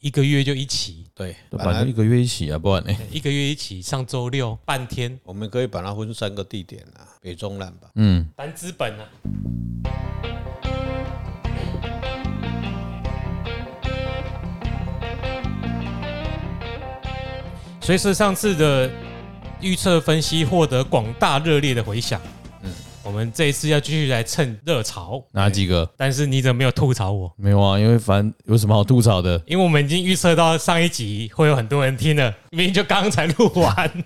一个月就一期，对，那本反正来一个月一起啊，不然呢？一个月一期，上周六半天我们可以把它分三个地点啊，北中南吧。嗯，单资本啊。随着上次的预测分析获得广大热烈的回响，嗯嗯，我们这一次要继续来蹭热潮，哪几个？但是你怎么没有吐槽我？没有啊，因为反正有什么好吐槽的？因为我们已经预测到上一集会有很多人听了，明明就刚刚才录完。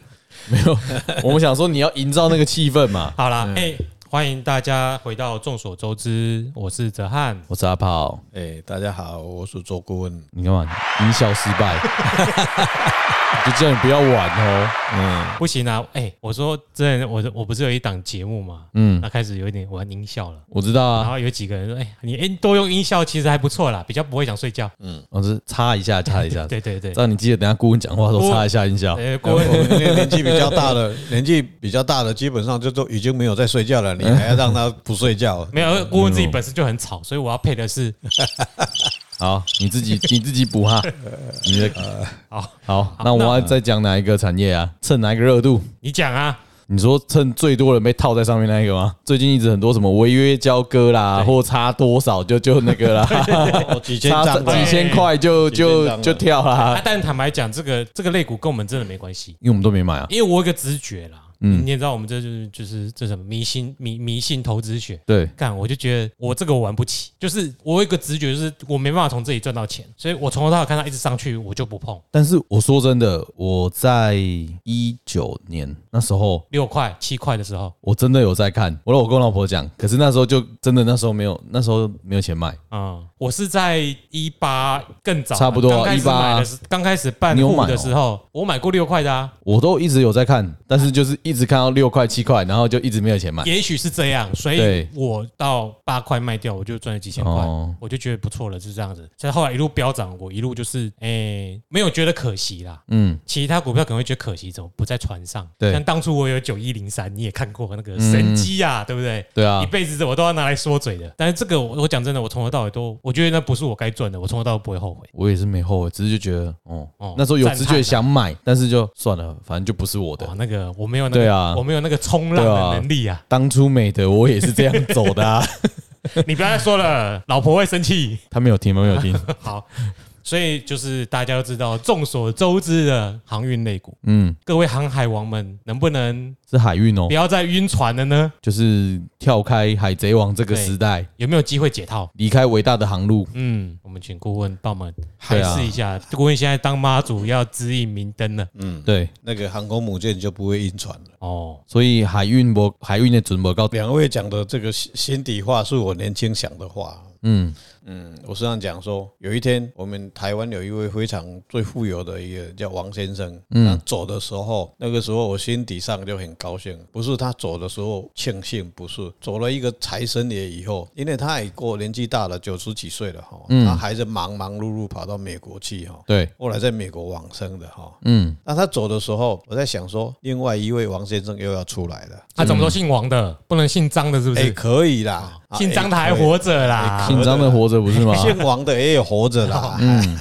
没有，我们想说你要营造那个气氛 嘛。好啦，哎、欢迎大家回到众所周知，我是泽汉。我是阿炮，哎、大家好，我是周顾问。你干嘛？音效失败， 就叫你不要玩哦。嗯，不行啊，哎、我说真的，我我不是有一档节目嘛，嗯，那开始有一点玩音效了。我知道然啊，后有几个人说：“哎、你哎、多用音效其实还不错啦，比较不会想睡觉。我是擦一下，擦一 下。对对对，让你记得等一下顾问讲话的时候擦一下音效。呃，我郭文们年纪比较大的， 年纪比较大的，基本上就都已经没有在睡觉了，你还要让他不睡觉？没有郭文自己本身就很吵，所以我要配的是好，你自己你自己补哈。你的好，好，那我要再讲哪一个产业啊？趁哪一个热度？你讲啊，你说趁最多人被套在上面那一个吗？最近一直很多什么违约交割啦，对或差多少就 就 那个啦，哦几千差张吧，几千块就几千就张啊就跳啦 啊，，但坦白讲，这个这个肋骨跟我们真的没关系，因为我们都没买啊。因为我有一个直觉啦，你也知道我们这就是就是这什么迷信迷迷信投资学。对，干，我就觉得我这个我玩不起，就是我有一个直觉，就是我没办法从这里赚到钱，所以我从头到尾看它一直上去，我就不碰但是我说真的，我在一九年那时候，六块七块的时候，我真的有在看，我我跟我老婆讲，可是那时候就真的那时候没有，那时候没有钱买。嗯，我是在一八更早，差不多刚开始18买的时，刚开始办你有户买的哦时候，我买过六块的啊，我都一直有在看，但是就是一直看到六块七块，然后就一直没有钱 买。也许是这样，所以对我到八块卖掉，我就赚了几千块哦，我就觉得不错了，就是这样子。所以后来一路飙涨，我一路就是诶，没有觉得可惜啦。嗯，其他股票可能会觉得可惜，怎么不在船上？对像当初我有九一零三，你也看过那个神机啊，对不对？对啊一，辈子我都要拿来说嘴的。但是这个我我讲真的，我从头到尾都，我觉得那不是我该赚的，我从头到尾不会后悔。我也是没后悔，只是就觉得，哦，哦那时候有直赞叹啊觉想买，但是就算了，反正就不是我的哇，。那个我没有那个，对啊我没有那个冲浪对啊的能力啊！当初美的我也是这样走的啊，你不要再说了，老婆会生气。他没有听，没有听。好，所以就是大家都知道，众所周知的航运类股，嗯，各位航海王们，能不能是海运哦不，要再晕船了呢？就是跳开海贼王这个时代，有没有机会解套？离开伟大的航路。嗯，我们请顾问帮我们对解啊释一下。顾问现在当妈祖要指引明灯了。对，那个航空母舰就不会晕船了。哦，所以海运我海运的准我高，两位讲的这个心心底话是我年轻想的话。嗯，嗯，我时常讲说，有一天我们台湾有一位非常最富有的一个叫王先生，他走的时候，那个时候我心底上就很高兴，不是他走的时候庆幸，不是走了一个财神爷以后，因为他也过年纪大了，九十几岁了哈，他还是忙忙碌碌跑到美国去哈，对，后来在美国往生的哈。嗯，那他走的时候，我在想说，另外一位王先生又要出来了，他怎么都姓王的，不能姓张的，是不哎，是？可以啦，啊姓张的哎还可以活着啦哎。姓张的活着不是吗？姓王的也有活着啦。嗯，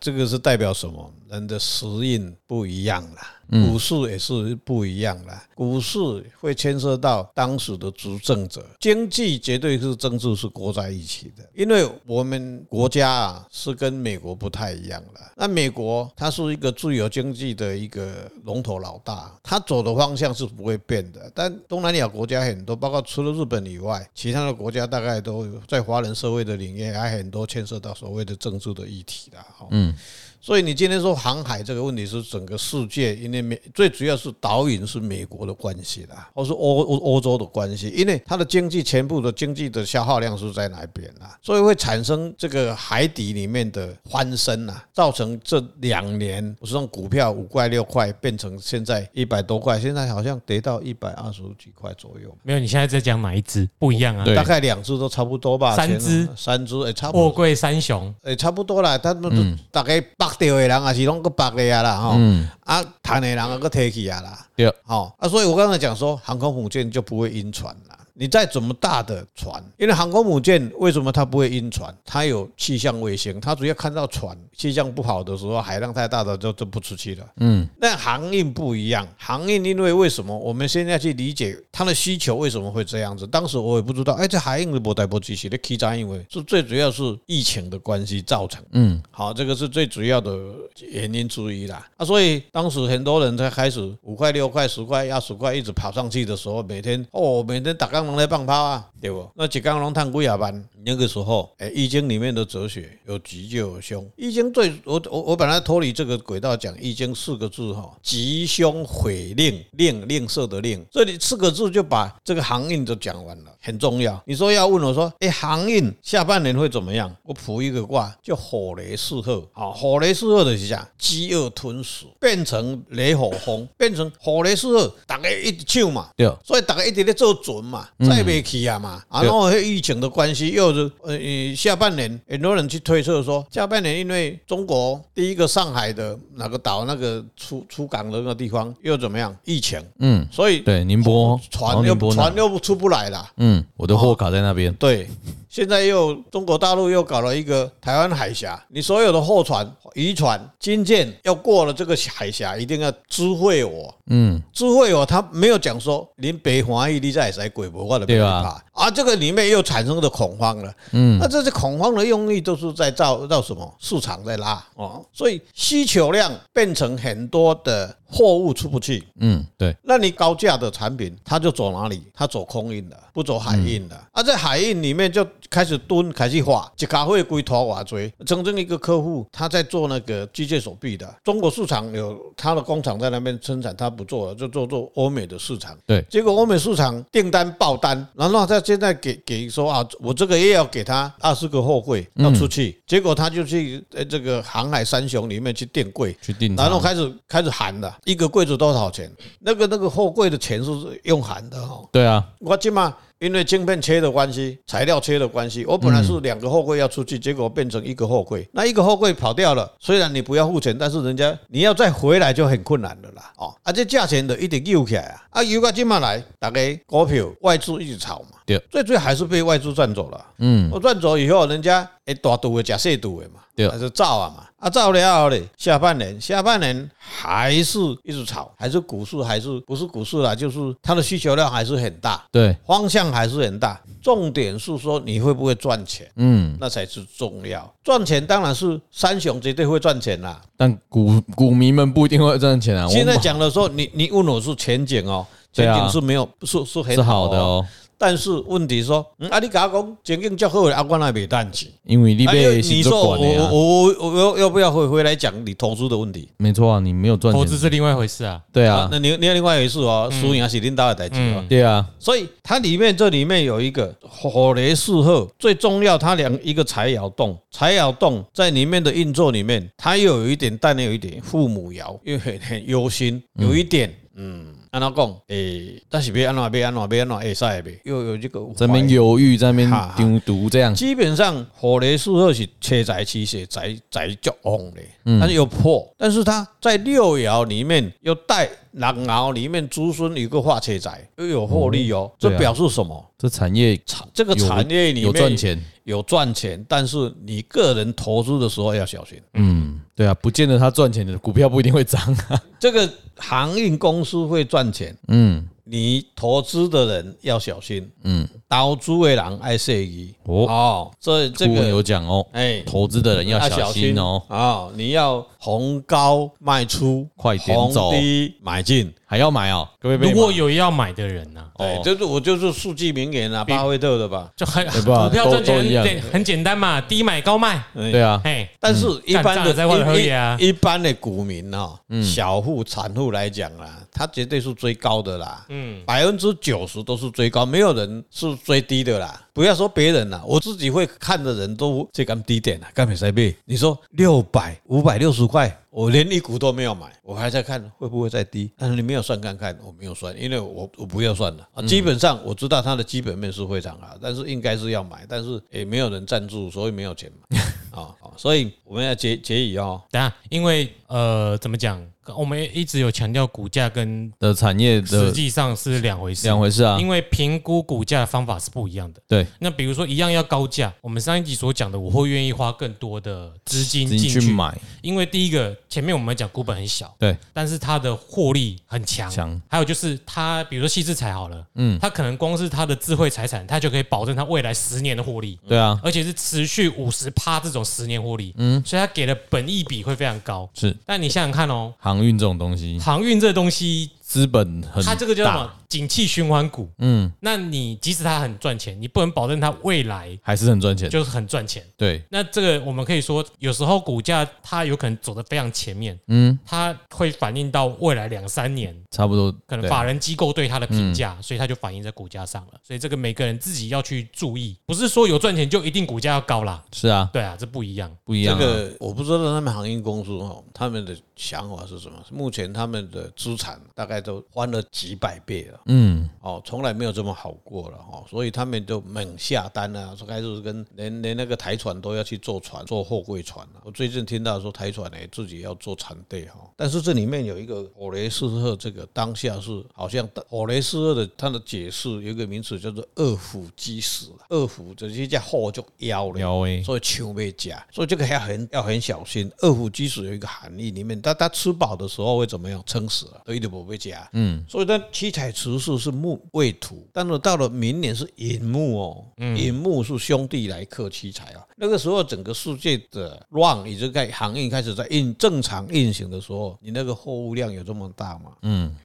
这个是代表什么？人的时运不一样啦，股市也是不一样啦。股市会牵涉到当时的执政者，经济绝对是政治是裹在一起的，因为我们国家啊是跟美国不太一样了。那美国它是一个自由经济的一个龙头老大，它走的方向是不会变的。但东南亚国家很多，包括除了日本以外，其他的国家大概都有在华人社会的领域还很多牵涉到所谓的政治的议题啦。哦嗯，所以你今天说航海这个问题是整个世界，因为美最主要是导引是美国的关系啦，或是欧欧欧洲的关系，因为它的经济全部的经济的消耗量是在哪边啦，所以会产生这个海底里面的翻身啊，造成这两年不是从股票五块六块变成现在一百多块，现在好像跌到一百二十几块左右。没有，你现在在讲哪一只？不一样啊。对大概两只都差不多吧，三前只三只，哎、差不货多。柜三雄，诶、差不多啦，他们都大概北掉的人也是拢个北的啊啦吼，啊，谈的人啊个提起啊啦，对，吼、啊，所以我刚才讲说，航空母舰就不会晕船啦。你再怎么大的船，因为航空母舰为什么它不会晕船？它有气象卫星，它只要看到船气象不好的时候，海浪太大的就就不出去了。嗯，那航运不一样，航运因为为什么我们现在去理解它的需求为什么会这样子？当时我也不知道，哎，这海运的波带波机器的起涨，因为是最主要是疫情的关系造成。嗯，好，这个是最主要的原因之一啦。啊，所以当时很多人才开始五块、六块、十块、二十块一直跑上去的时候，每天哦，每天打钢龙来放炮啊，对不？那几钢龙探龟啊班，那个时候，哎，《易经》里面的哲学有吉就有凶，《易经最》我我我本来脱离这个轨道讲，《易经》四个字哈、吉凶毁令，令吝啬的令，这里四个字就把这个航运都讲完了，很重要。你说要问我说，哎，航运下半年会怎么样？我卜一个卦，叫火雷四合。啊，火雷四合就是啥？饥饿吞食，变成雷火风，变成火雷四合，大家一直抢嘛。 对，所以大家一直在做准嘛，嗯再没去啊嘛，啊，对然后那疫情的关系，又是呃呃下半年很多人去推测说，下半年因为中国第一个上海的哪个岛那个出出港的那个地方又怎么样疫情，嗯，所以对，宁波，好船像又宁波那船，又出不来了。嗯，我的货卡在那边，对，现在又中国大陆又搞了一个台湾海峡，你所有的货船、渔船、军舰要过了这个海峡，一定要知会我，嗯，智慧哦，他没有讲说林北华裔你在谁鬼博化的对怕啊啊这个里面又产生的恐慌了。嗯，那这些恐慌的用意都是在造造什么市场在拉哦，所以需求量变成很多的货物出不去，嗯，对，那你高价的产品，它就走哪里？它走空运的，不走海运的。啊，在海运里面就开始蹲，开始画，一卡会归拖瓦追。曾经一个客户，他在做那个机械手臂的，中国市场有他的工厂在那边生产，他不做了，就做做欧美的市场。对结果欧美市场订单爆单，然后他现在给给说啊，我这个也要给他二十个货柜要出去，结果他就去呃这个航海三雄里面去订柜，去订然后厂，开始开始喊了，一个柜子多少钱？那个那个货柜的钱是用喊的哦。对啊，我今嘛，因为晶片缺的关系，材料缺的关系，我本来嗯是两个货柜要出去，结果变成一个货柜。那一个货柜跑掉了，虽然你不要付钱，但是人家你要再回来就很困难了啦。哦，啊，这价钱就一直游起来啊，啊，游到今嘛来，大家股票外资一直炒嘛，对，最最还是被外资赚走了。嗯，我赚走以后，人家会大赌的假细赌的嘛，对还是造啊嘛，啊造了后嘞，下半年下半年还是一直炒，还是股市还是不是股市啦，就是它的需求量还是很大，对，方向还是很大，重点是说你会不会赚钱，嗯，那才是重要。赚钱当然是三雄绝对会赚钱啦。但股股民们不一定会赚钱啊，我现在们讲的时候，你你问我是前景哦，对前啊景是没有是是很是好的哦，哦，但是问题说，嗯啊你甲我讲前景较好，啊我那没赚钱。因为你哎被你洗说作我管啊的我呀，我我我要不要回回来讲你投资的问题？没错啊，你没有赚投资钱，是另外一回事啊。对啊，那你你另外一事哦，输赢还是领导的代志哦嗯。对啊，所以它里面这里面有一个火雷四合，最重要它两一个财爻动，财爻动在里面的运作里面，它又有一点带有一点父母爻，又很很忧心，有一点。嗯，安怎讲？诶、但是要安怎要安怎要安怎会使袂？又有这个在那边怀疑犹豫，在那边哈哈丢毒这样，基本上火雷四合是车宅七血宅宅就旺的，嗯但是又破，但是它在六爻里面又带狼爻里面诸孙有个化车宅，又有获利哦，这对啊表示什么？这产业产这个有产业里面有赚钱，有赚钱，但是你个人投资的时候要小心。嗯，对啊，不见得他赚钱的股票不一定会涨啊，这个航运公司会赚钱，嗯，你投资的人要小心。嗯嗯，刀猪为狼爱射鱼哦哦，这这顾问个有讲哦，哎，投资的人要小心哦，啊、你要红高卖出，快点走红低买进。还要买哦，各位如果有要买的人呐、对哦，就是我就是数据名言啊，巴菲特的吧。就很对吧股票都赚钱啊都一样很很简单嘛，低买高卖，对啊，哎，但是一般干仗的了才换合理啊嗯一一一般的股民哦，小户、产户来讲啦，他绝对是追高的啦，嗯，百分之九十都是追高，没有人是追低的啦。不要说别人啦，我自己会看的人都这敢低点了，干没塞币。你说六百、五百六十块，我连一股都没有买，我还在看会不会再低。但是你没有算看看，我没有算，因为我我不要算了。嗯啊基本上我知道它的基本面是非常好，但是应该是要买，但是也没有人赞助，所以没有钱买啊、哦所以我们要结结语哦。等一下，因为呃，怎么讲？我们一直有强调股价跟的产业实的际上是两回事，两回事啊，因为评估股价的方法是不一样的。对，那比如说一样要高价，我们上一集所讲的，我会愿意花更多的资金自进己去去买，因为第一个前面我们讲股本很小，对，但是它的获利很强，强还有就是它，比如说细制材好了，嗯，它可能光是它的智慧财产，它就可以保证它未来十年的获利，对啊，而且是持续五十趴这种十年获利，嗯，所以它给的本益比会非常高。是但你想想看哦，航运这种东西，航运这东西，资本嗯很它这个叫什大，么？景气循环股。嗯，那你即使它很赚钱，你不能保证它未来还是很赚钱，就是很赚钱。对，那这个我们可以说，有时候股价它有可能走得非常前面，嗯，它会反映到未来两三年，差不多，可能对嗯法人机构对它的评价，所以它就反映在股价上了。所以这个每个人自己要去注意，不是说有赚钱就一定股价要高啦。是啊，对啊，这不一样。不一这样啊，个我不知道他们航运公司哦，他们的想法是什么？目前他们的资产大概都翻了几百倍了。嗯，哦，从来没有这么好过了哦，所以他们就猛下单啊，说开始跟连连那个台船都要去做船，做货柜船啊。我最近听到说台船呢自己要做产地哈、哦，但是这里面有一个火雷斯赫，这个当下是好像火雷斯赫的它的解释有一个名词叫做二虎基石，啊二虎就是叫货就腰了。苗威，所以求被夹，所以这个要很要很小心。二虎基石有一个含义，里面他他吃饱的时候会怎么样？撑死了，都一点不被夹。嗯，所以它七彩池数是木未土，但是到了明年是寅木哦，寅木是兄弟来克七彩啊。那个时候整个世界的乱，已经在航运开始在运正常运行的时候，你那个货物量有这么大吗？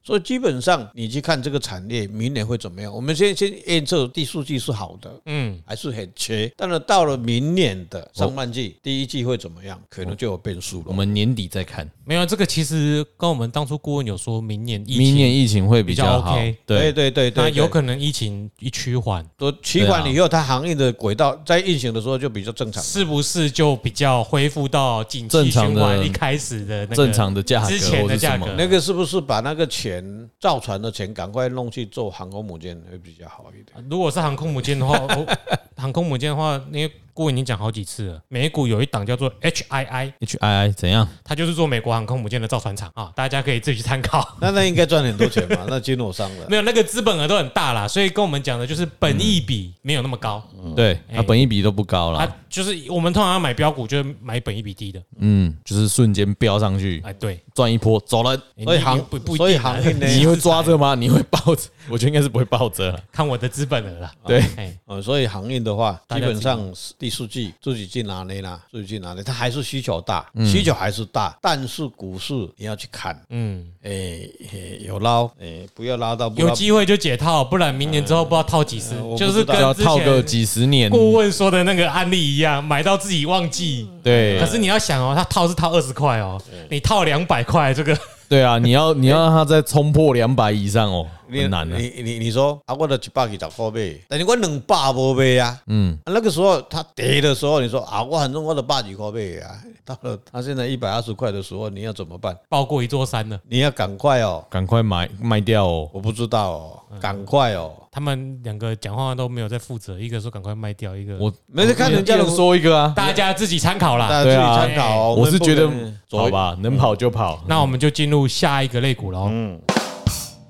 所以基本上你去看这个产业明年会怎么样？我们先先验证第四季是好的，嗯，还是很缺。但是到了明年的上半嗯季，第一季会怎么样？可能就有变数我了。们年底再看，没有这个，其实跟我们当初顾问有说明年疫情，明年疫情会比比较较好 OK，对对，对对那对，啊有能。可能疫情一趋缓，都取款以后，它航运的轨道在运行的时候就比较正常。是不是就比较恢复到景气正常循的环一开始的那个正常的价格之前或的是价什么格？那个是不是把那个钱造船的钱赶快弄去做航空母舰会比较好一点？如果是航空母舰 的话，我航空母舰的话，因为郭伟已经讲好几次了，美股有一档叫做 HII， H I I 怎样？它就是做美国航空母舰的造船厂啊，大家可以自己去参 考。那那应该赚很多钱嘛？那金融商了。没有那个资本额都很大啦，所以跟我们讲的就是本益比没有那么高，嗯对，它哎本益比都不高它了，就是我们通常要买标股就是买本益比低的，嗯，就是瞬间飙上去，哎，对，赚一波走人。所 以你航不不一所以定啊航运呢你会抓着吗？你会抱着？我觉得应该是不会抱着了。看我的资本额了，对哎，呃，所以航运的话，大基家本上是第四季自己去拿捏啦，自己去拿捏，它还是需求大，需求还是大，但是股市你要去看，嗯，诶、诶有捞，诶、不要捞到不有捞。机会就解套，不然明年之后不知道套几次呃我，不就是知道跟就要之套个啊前几十年，顾问说的那个案例一样，买到自己忘记。对可，是你要想哦，他套是套二十块哦，你套两百块，这个对啊，你要你要让它再冲破两百以上哦，很难的。你你你说啊，我的一百二十块买，但是我两百无买啊。嗯、那个时候它跌的时候，你说啊，我反正我的百几块买啊，到了它现在一百二十块的时候，你要怎么办？爆过一座山了。你要赶快哦，赶快买卖掉哦！我不知道哦，赶快哦，他们两个讲话都没有在负责，一个说赶快卖掉，一个我没事看人家的一人说一个啊，大家自己参考啦。大家自己对啊参考、哦。我是们不觉得能好吧，能跑就跑。嗯那我们就进入下一个类股喽。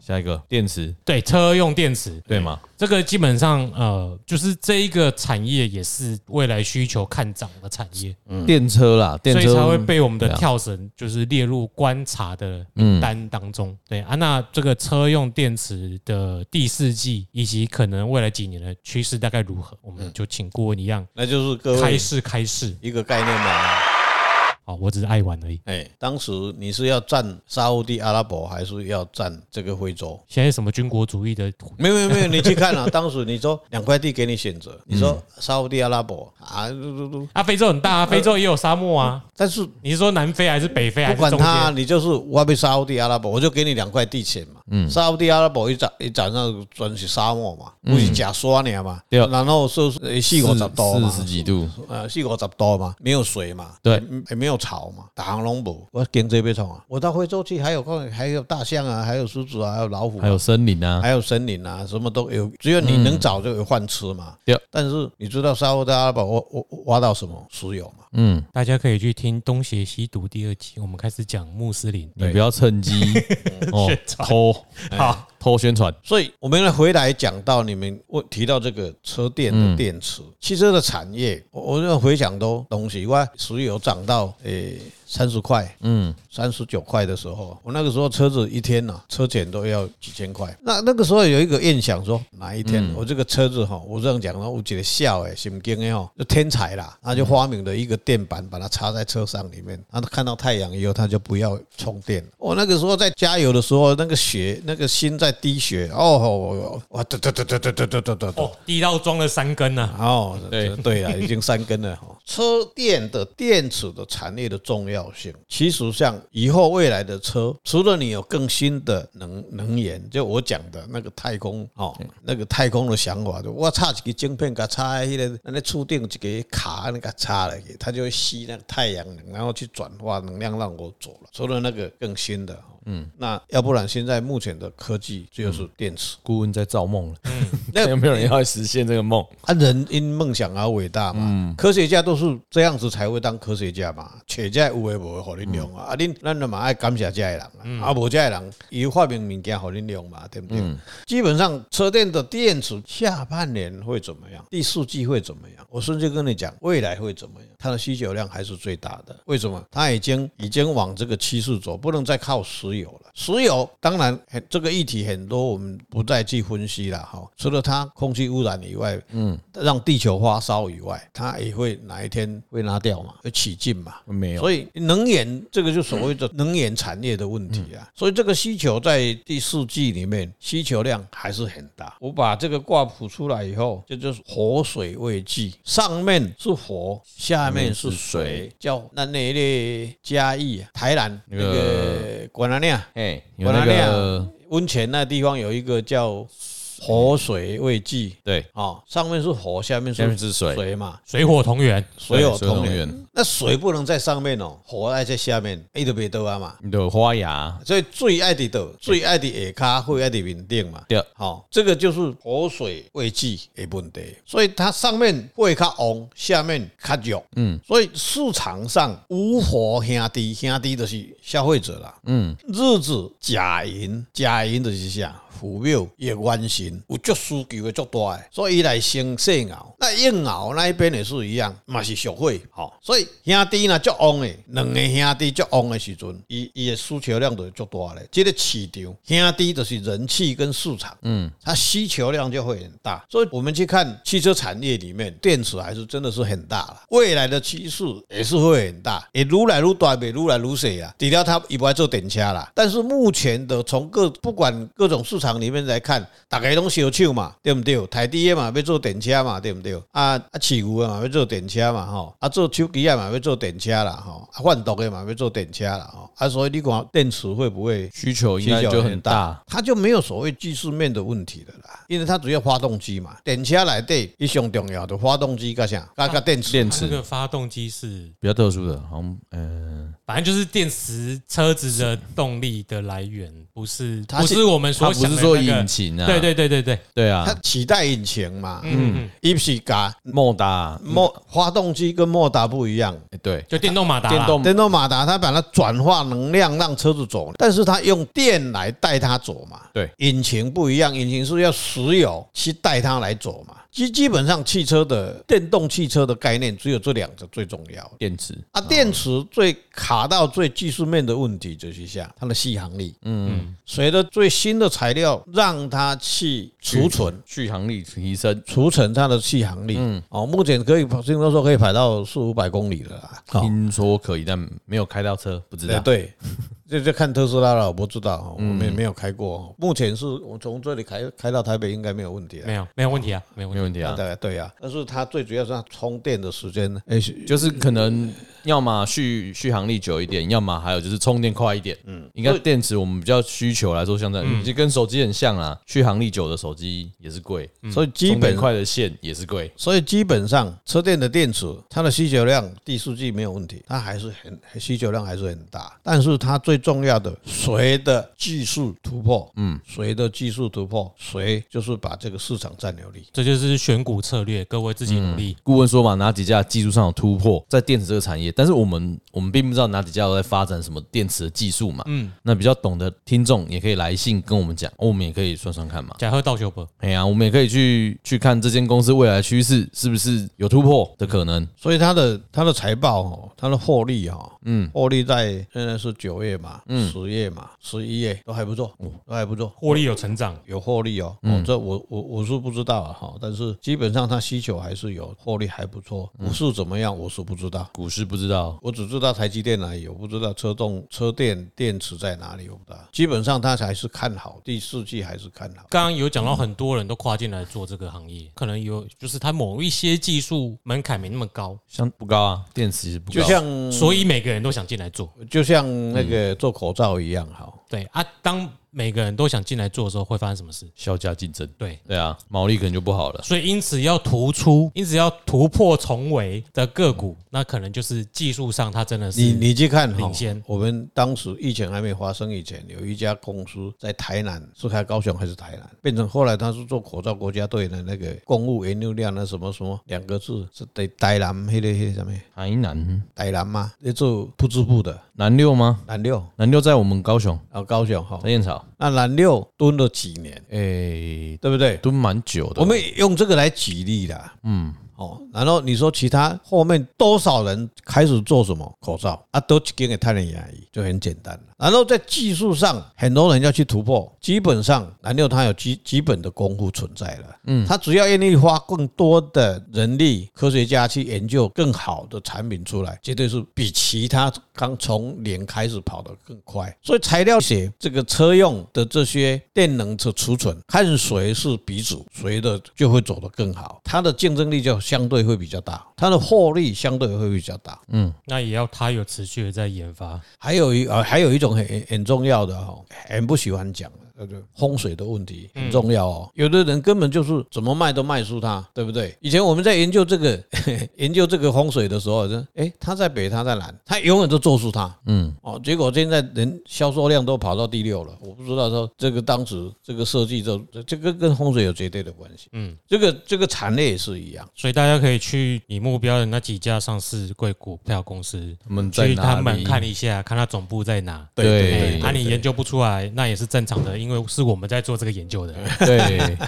下一个电池，对，车用电池，对吗？这个基本上呃，就是这一个产业也是未来需求看涨的产业，电车啦，电嗯所以车才会被我们的对啊跳绳就是列入观察的名单当中。对啊，那这个车用电池的第四季以及可能未来几年的趋势大概如何，我们就请顾问一样那就是各开位市开市。一个概念嘛。好，我只是爱玩而已。哎，当时你是要占沙烏地阿拉伯，还是要占这个非洲？现在什么军国主义的没有没有没有，你去 看啊，当时你说两块地给你选择，你说沙烏地阿拉伯啊，嘟嘟嘟啊，非洲很大呃啊，非洲也有沙漠啊。但是你是说南非还是北非还不是管中他，间？你就是我要被沙烏地阿拉伯，我就给你两块地钱嘛。嗯，沙特阿拉伯一早一早上全是沙漠嘛，不是假沙呢嘛，对然后是呃四五十度嘛啊四，十几度，呃四五十度嘛，没有水嘛，对也，也没有草嘛，打航龙补，我经济被冲啊，我到非洲去还有看还有大象啊，还有狮子啊，还有老虎啊、还有森林啊，哎嗯还有森林啊，什么都有，只有你能找就有饭吃嘛。对但是你知道沙特阿拉伯挖挖挖到什么石油嘛？嗯，大家可以去听《东邪西毒》第二集，我们开始讲穆斯林。你不要 趁机哦偷哎好，偷宣传，所以我们来回来讲到你们我提到这个车电的电池、汽车的产业，我我要回想都东西，哇，石油涨到诶三十块，嗯，三十九块的时候，我那个时候车子一天呢、车钱都要几千块。那那个时候有一个印象说，哪一天我这个车子哈、我这样讲呢，我觉得笑哎，心经哎哈，就天才啦，他就发明了一个电板，把它插在车上里面，他看到太阳以后，他就不要充电。我那个时候在加油的时候，那个血，那个心在滴血，哦，我我嘟嘟嘟嘟嘟嘟嘟嘟嘟。哦，第一道装了三根呢、啊。哦，对对对啊，已经三根了哈。 车电的电池的产业的重要性，其实像以后未来的车，除了你有更新的能能源，就我讲的那个太空哦，那个太空的想法，就我插一个晶片，给它插在那个那触电一个卡，那个插了，它就会吸那个太阳能，然后去转化能量让我走了。除了那个更新的，嗯，那要不然现在目前的科技就是电池，顾问在造梦了，嗯 那有没有人要实现这 个梦？啊，人因梦想而伟大嘛。科学家都是这样子才会当科学家嘛。找这有诶无诶，互恁用啊。啊，恁咱就嘛爱感谢这些人啊，啊，无这些人，伊发明物件互恁用嘛，对不对？基本上车电的电池下半年会怎么样？第四季会怎么样？我甚至跟你讲，未来会怎么样？它的需求量还是最大的。为什么？它已经已经往这个趋势走，不能再靠石油了。石油当然很这个议题很多，我们不再去分析了哈。除了它空气污染以外，嗯，让地球发烧以外，它也会哪一天会拿掉嘛，会起劲嘛。没有，嗯所以能源这个就所谓的能源产业的问题啊，所以这个需求在第四季里面需求量还是很大。我把这个卦谱出来以后，这就是火水未济，上面是火，下面是下面是水，叫那那那嘉义啊、台南那那个个管南亮、哎，有管那南啊亮个温泉那地方有一个叫火水未济对，哦，上面是火，下面下面是是水，水嘛，水火同源，水有水有同同源源。那水不能在上面哦，火爱在下面，伊就别倒啊嘛。你的花芽，所以最爱的倒，最爱的下骹，会爱的面顶嘛。对好、这个就是火水未济的问题。所以它上面会较旺，下面较弱。嗯，所以市场上无火兄弟，兄弟就是消费者啦。嗯，日子假银，假银就是啥？虎庙也弯形，有足需求的足大的，所以伊来生细熬。那硬熬那一边也是一样，嘛是社会吼、所以兄弟若足旺的，两个兄弟足旺的时阵，伊伊的需求量就足大咧。这个市场兄弟就是人气跟市场，嗯，它需求量就会很大。所以我们去看汽车产业里面，电池还是真的是很大了，未来的趋势也是会很大，也愈来愈大，也愈来愈小啦。除了它伊不爱做电车啦，但是目前的从各不管各种市场里面来看，大家拢小手嘛，对不对？台地的嘛要做电车嘛，对不对？啊啊，市牛的嘛要做电车嘛，吼啊做手机啊嘛要做电车啦，吼啊换毒的嘛要做电车啦，吼啊所以你看电池会不会需求应该就很大，它就没有所谓技术面的问题了啦，因为它主要发动机嘛，电车来底一上重要的发动机加啥？加个电池。电它那池个发动机是，比较特殊的，好像嗯，反正就是电池车子的动力的来源，不是它不是是我们它所不想是的说那个引擎啊，对对对对对，对啊它，取代引擎嘛，嗯，嗯伊是加莫达，莫发动机跟莫达不一样，哎对，就电动马达啦，电动电动马达它把它转化能量让车子走，但是它用电来带它走嘛。对，引擎不一样，引擎是要石油去带它来走嘛。基基本上汽车的电动汽车的概念只有这两个最重要。电池，啊，电池最卡到最技术面的问题就是下它的续航力。嗯，随着最新的材料让它去储存。续航力提升，储存它的续航力，嗯，哦，目前可以跑，听说可以跑到四五百公里了啦。哦听说可以，但没有开到车，不知对道。对，这就看特斯拉了，我不知道哦，我们也没有开过哦。目前是我从这里开开到台北应该没有问题了没。有没有问题啊，没有问没题。问题啊。对对啊，但是它最主要是它充电的时间呢，哎，就是可能要么续续航力久一点，要么还有就是充电快一点。嗯，应该电池我们比较需求来说，像这嗯样，就跟手机很像啦。续航力久的手机也是贵，所以基充电本快的线也是贵。所以基本上车电的电池，它的需求量第四季没有问题，它还是很需求量还是很大。但是它最重要的，谁的技术突破，嗯，谁的技术突破，谁就是把这个市场占有率。这就是选股策略，各位自己努力。顾问说嘛，哪几家技术上有突破，在电池这个产业，但是我们我们并不知道哪几家有在发展什么电池的技术嘛。嗯，那比较懂的听众也可以来信跟我们讲，哦我们也可以算算看嘛。假贺道修伯，哎呀，我们也可以去去看这间公司未来趋势是不是有突破的可能。所以它的它的财报哦，它的获利哦，嗯，获利在现在是九月嘛，嗯，十月嘛，十一月都还不错，都还不错。获利有成长，有获利哦，哦，这我我我是不知道啊，哈，但是基本上它需求还是有，获利还不错，股市怎么样我是不知道，股市不知道，我只知道台积电而已，我不知道车动车电电池在哪里，我不知道。基本上它还是看好，第四季还是看好。刚刚有讲到很多人都跨进来做这个行业，可能有就是他某一些技术门槛没那么高，像不高啊，电池其实不高，就像所以每个人都想进来做。就像那嗯个做口罩一样，哈，对啊，当每个人都想进来做的时候，会发生什么事？销价竞争。对，对啊，毛利可能就不好了。所以因此要突出，因此要突破重围的个股，那可能就是技术上它真的你是你去看哈领先，我们当时疫情还没发生以前，有一家公司在台南，是开高雄还是台南，变成后来他是做口罩国家队的那个公务原料量那什么什么两个字是台台南那个那个什么台南台南嘛，那做不织布的南六吗？南六南六在我们高雄，啊高雄哈在，燕巢。那南六蹲了几年，诶、对不哎对？蹲蛮久的。我们用这个来举例啦，嗯，哦，然后你说其他后面多少人开始做什么口罩啊，都给给太人牙医，就很简单了。然后在技术上，很多人要去突破，基本上南六它有基基本的功夫存在了，嗯，它只要愿意花更多的人力、科学家去研究更好的产品出来，绝对是比其他刚从零开始跑得更快。所以材料写这个车用的这些电能的储存，看谁是鼻祖，谁的就会走得更好，它的竞争力就相对会比较大，它的获利相对会比较大。那也要它有持续的在研发。还有一呃，还有一种很很很重要的哦，很不喜欢讲的，那就风水的问题嗯很重要哦。有的人根本就是怎么卖都卖输它，对不对？以前我们在研究这个 研究这个风水的时候，就哎，他在北，他在南，他永远都做输它。嗯，哦，结果现在人销售量都跑到第六了，我不知道说这个当时这个设计这这个跟风水有绝对的关系。嗯，这个这个产业也是一样。所以大家可以去你目标的那几家上市贵股票公司，他们在去哪他里？们看一下，看它总部在哪。对哎对那、你研究不出来，那也是正常的，因为是我们在做这个研究的。 对，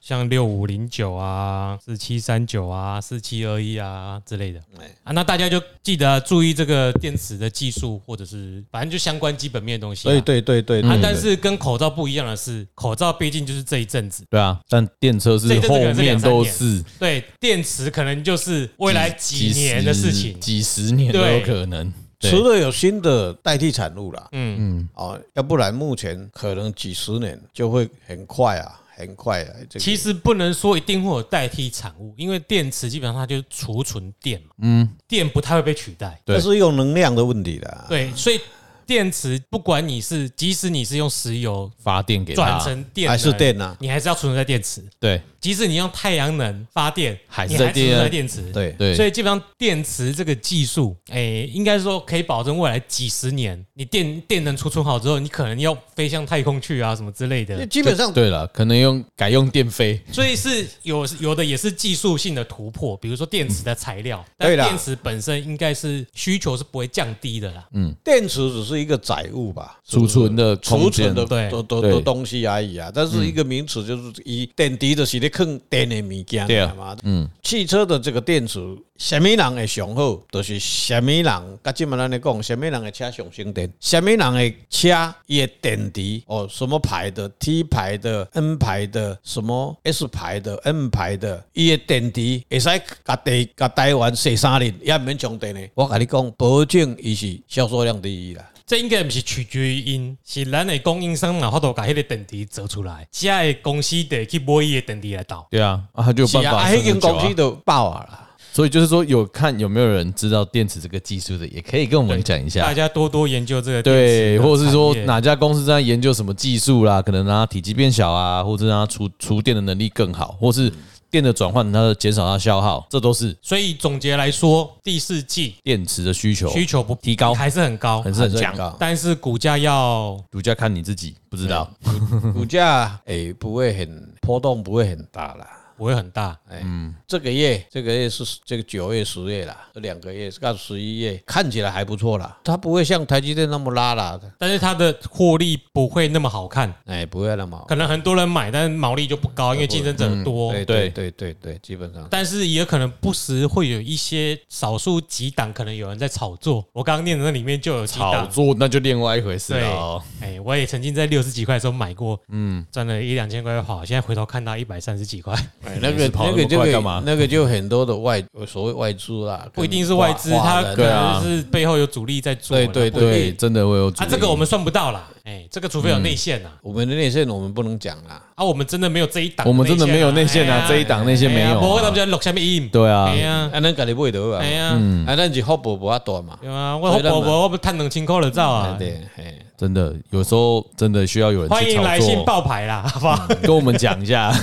像六五零九啊、四七三九啊、四七二一啊之类的哎啊，那大家就记得注意这个电池的技术，或者是反正就相关基本面的东西、啊。对对对对，啊嗯对，但是跟口罩不一样的是，口罩毕竟就是这一阵子，对啊，但电车是这一阵子后可能是两面三都年是对，电池可能就是未来几十年的事情。几十年都有可能。对除了有新的代替产物啦，嗯嗯，哦，要不然目前可能几十年就会很快啊，很快啊。这个其实不能说一定会有代替产物，因为电池基本上它就是储存电嘛，嗯电不太会被取代。对这是用能量的问题啊啦。对，所以电池不管你是，即使你是用石油发电给转他，成电能还是，电啊？你还是要储存在电池。对即使你用太阳能发电，还是你在还储存在电电池。对，对，所以基本上电池这个技术，诶、应该说可以保证未来几十年，你电电能储存好之后，你可能要飞向太空去啊什么之类的。基本上对了，可能用改用电飞，所以是有有的也是技术性的突破，比如说电池的材料，但对啦电池本身应该是需求是不会降低的啦。嗯电池只是一个载物吧，储存的储空存间的对的的的对嗯东西而已啊。但是一个名词就是以电池就是咧坑电的物件对啊嘛。嗯，汽车的这个电池，什么人会上好，就是什么人。甲即嘛咱咧讲，什么人的车上省电，什么人的车伊的电池哦，什么牌的 T 牌的 N 牌的，什么 S 牌的 M 牌的，伊的电池会使甲地甲台湾洗三年，也毋免充电的。我甲你讲，保证伊是销售量第一啦。这应该不是取决于因，是咱的供应商然后都把迄个电池做出来，家的公司得去买伊的电池来倒。对啊，啊，他就有办法啊，生已经很久啊公司都爆啊啦。所以就是说，有看有没有人知道电池这个技术的，也可以跟我们讲一大下。家多多研究这个电池啊对，的或者是说产业哪家公司在研究什么技术啦，可能让它体积变小啊，或者让它储储电的能力更好，或是电的转换，它的减少它的消耗，这都是所以总结来说，第四季电池的需求需求不提高还是很高，还是很强 高。但是股价要独家看你自己，不知道。股价诶不会很波动，不会很大啦。不会很大。哎这个月，这个月是这个九月、十月啦，这两个月到十一月看起来还不错啦，它不会像台积电那么拉啦，但是它的获利不会那么好看，哎，不会那么。可能很多人买，但是毛利就不高，因为竞争者嗯多。对对对对对，基本上但是也可能不时会有一些少数几档，可能有人在炒作。我刚刚念的那里面就有几炒档，作那就另外一回事对了哦。，哎，我也曾经在六十几块的时候买过，嗯，赚了一两千块就好，现在回头看到一百三十几 块，哎那你个是跑那那么个就快可以干嘛那个就很多的外所谓外资啦，不一定是外资，它可对啊能就是背后有主力在做啦。对对不一定对，真的会有阻啊，力。这个我们算不到啦，哎，这个除非有内线呐，我们的内线我们不能讲啦，啊，我们真的没有这一档，我们真的没有内线啊，这一档内也线没有我他啊。们录下面音，对啊嗯哎，呀，啊，咱家己买得啊哎，呀，啊，咱是福报无遐大嘛，有啊，我好宝宝，我不探能清空了照啊哎啊，对，嘿，真的有时候真的需要有人欢去迎炒来信作，嗯爆牌啦，好不好？跟我们讲一下。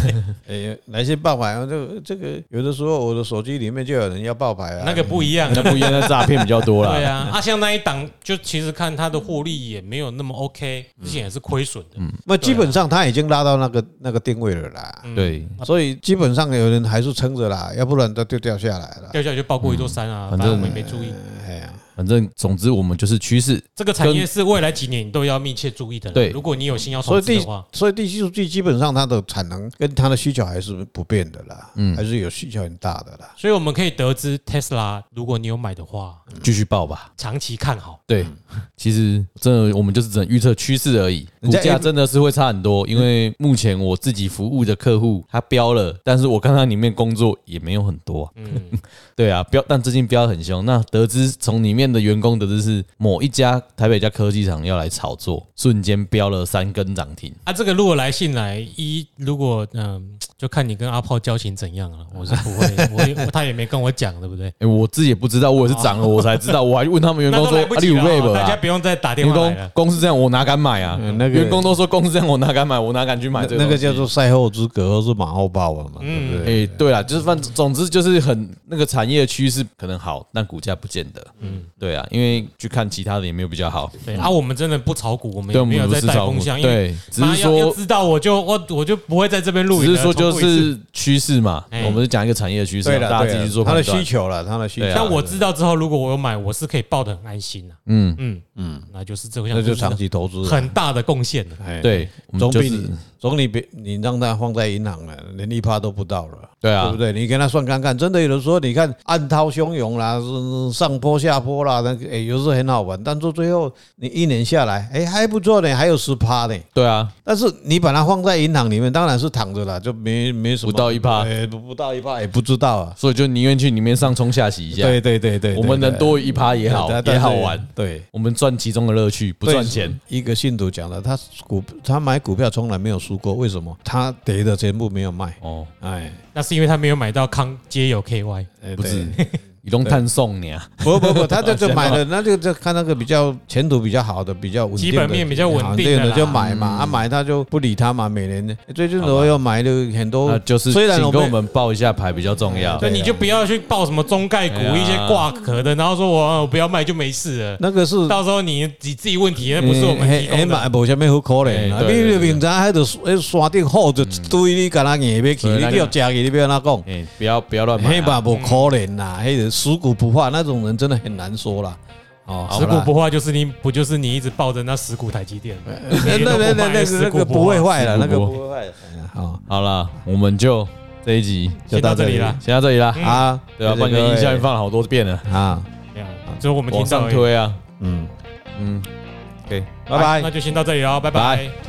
哎，来些爆牌啊，这个这个有的时候我的手机里面就有人要爆牌啊，那个不一样，那不一样，那诈骗比较多啦。 对啊，啊，像那一档，就其实看它的获利也没有那么 OK，之前也是亏损的。嗯那基本上他已经拉到那个那个定位了啦，嗯对，所以基本上有人还是撑着啦，要不然他就掉下来了。掉下来就爆过一座山啊，嗯反反正正我们也没注意。哎呀，反正总之我们就是趋势。这个产业是未来几年你都要密切注意的啦。对如果你有心要所投以资的第话，所以第四季基本上它的产能跟它的需求还是不变的啦，嗯，还是有需求很大的啦。所以我们可以得知 Tesla，如果你有买的话，继续报吧。长期看好。对，其实真的我们就是只能预测趋势而已，股人家嗯价 A- 真的是会差很多。因为目前我自己服务的客户他标了，但是我看他里面工作也没有很多啊、嗯， 对啊，标但最近标得很凶。那得知从里面的员工得知是某一家台北一家科技厂要来炒作，瞬间标了三根涨停。啊，这个如果来信来一，如果嗯，就看你跟阿炮交情怎样 了。我是不会，我也他也没跟我讲，对不对？哎、我自己也不知道，我也是涨了我才知道，我还问他们员哦 那都工说来不啊你及有了备哦，吧大家不用再打电员话来工了。公司这样，我哪敢买啊？嗯那个员工都说公司这样，我哪敢买？我哪敢去买那这那东个西叫做赛后诸葛或是马后炮了嘛，对不对？哎、对啦，就是反，总之就是很那个产业趋势可能好，但股价不见得。嗯，对啊，因为去看其他的也没有比较好。对啊，我们真的不炒股，我们也对，我没们有不在是带炒风股，向，因为对，只是妈要要说，知道我就我我就不会在这边录只影了，是说就重复一次。是趋势嘛。哎我们是讲一个产业的趋势嘛，啊对了，大家自己去做他判的需断。求了，他的需对求。啊但我知道之后，如果我有买，我是可以抱得很安心的、嗯，嗯嗯，那就是这个，那就像长期投资啊，很大的贡献了。哎，对，我们总嗯就比是你总比别你让他放在银行了，连一趴都不到了。对对啊不，对？你跟他算看看，真的有的时候你看暗涛汹涌啦，是上坡下坡啦，那个哎，有时候很好玩，但是最后你一年下来，哎，还不错呢，还有十趴呢。对啊，但是你把它放在银行里面，当然是躺着了，就没没什么，不到1%哎，不不到一趴也不知道啊。所以就宁愿去里面上冲下洗一下。对对对对，啊我们能多一趴也好，也好玩。。对，我们赚其中的乐趣，不对赚钱。。一个信徒讲了，他股他买股票从来没有输过，为什么？他跌的全部没有卖，哦，哎，那是因为他没有买到康街友 KY，哎不是对， 移动探送你啊。不不不，他这就买了，那就就看那个比较前途比较好的、比较稳定的、基本面比较稳定的啦的就买嘛，啊买他就不理他嘛，每年最近我要买的很那多，啊就是虽然请我跟我们们报一下牌比较重啊要。所以你就不要去报什么中概股哎呀一些挂壳的，然后说我我不要卖就没事了。那个是。到时候你你自己问题，那不是我们提哎供嘛的。，无啥物好可怜啊！哎对对你对平常还得山顶好就一堆，你敢那硬要去，对你要食去，你不要那讲，哎，不要不要乱买嘿吧啊。无可怜啦，嘿死骨不化那种人真的很难说啦。哦，十股好啦不化就是你不就是你一直抱着那十股台积电，那那那那那个那个不会坏，坏了，死那骨个不化不会坏的。好，好了，我们就这一集先到这里啦。嗯先到这里啦。啊，对啊，谢谢半各个位音效已经放了好多遍了，啊，这样只有我们往听到上而已。推啊。嗯，嗯，OK。拜拜那。就先到这里喽，拜拜拜。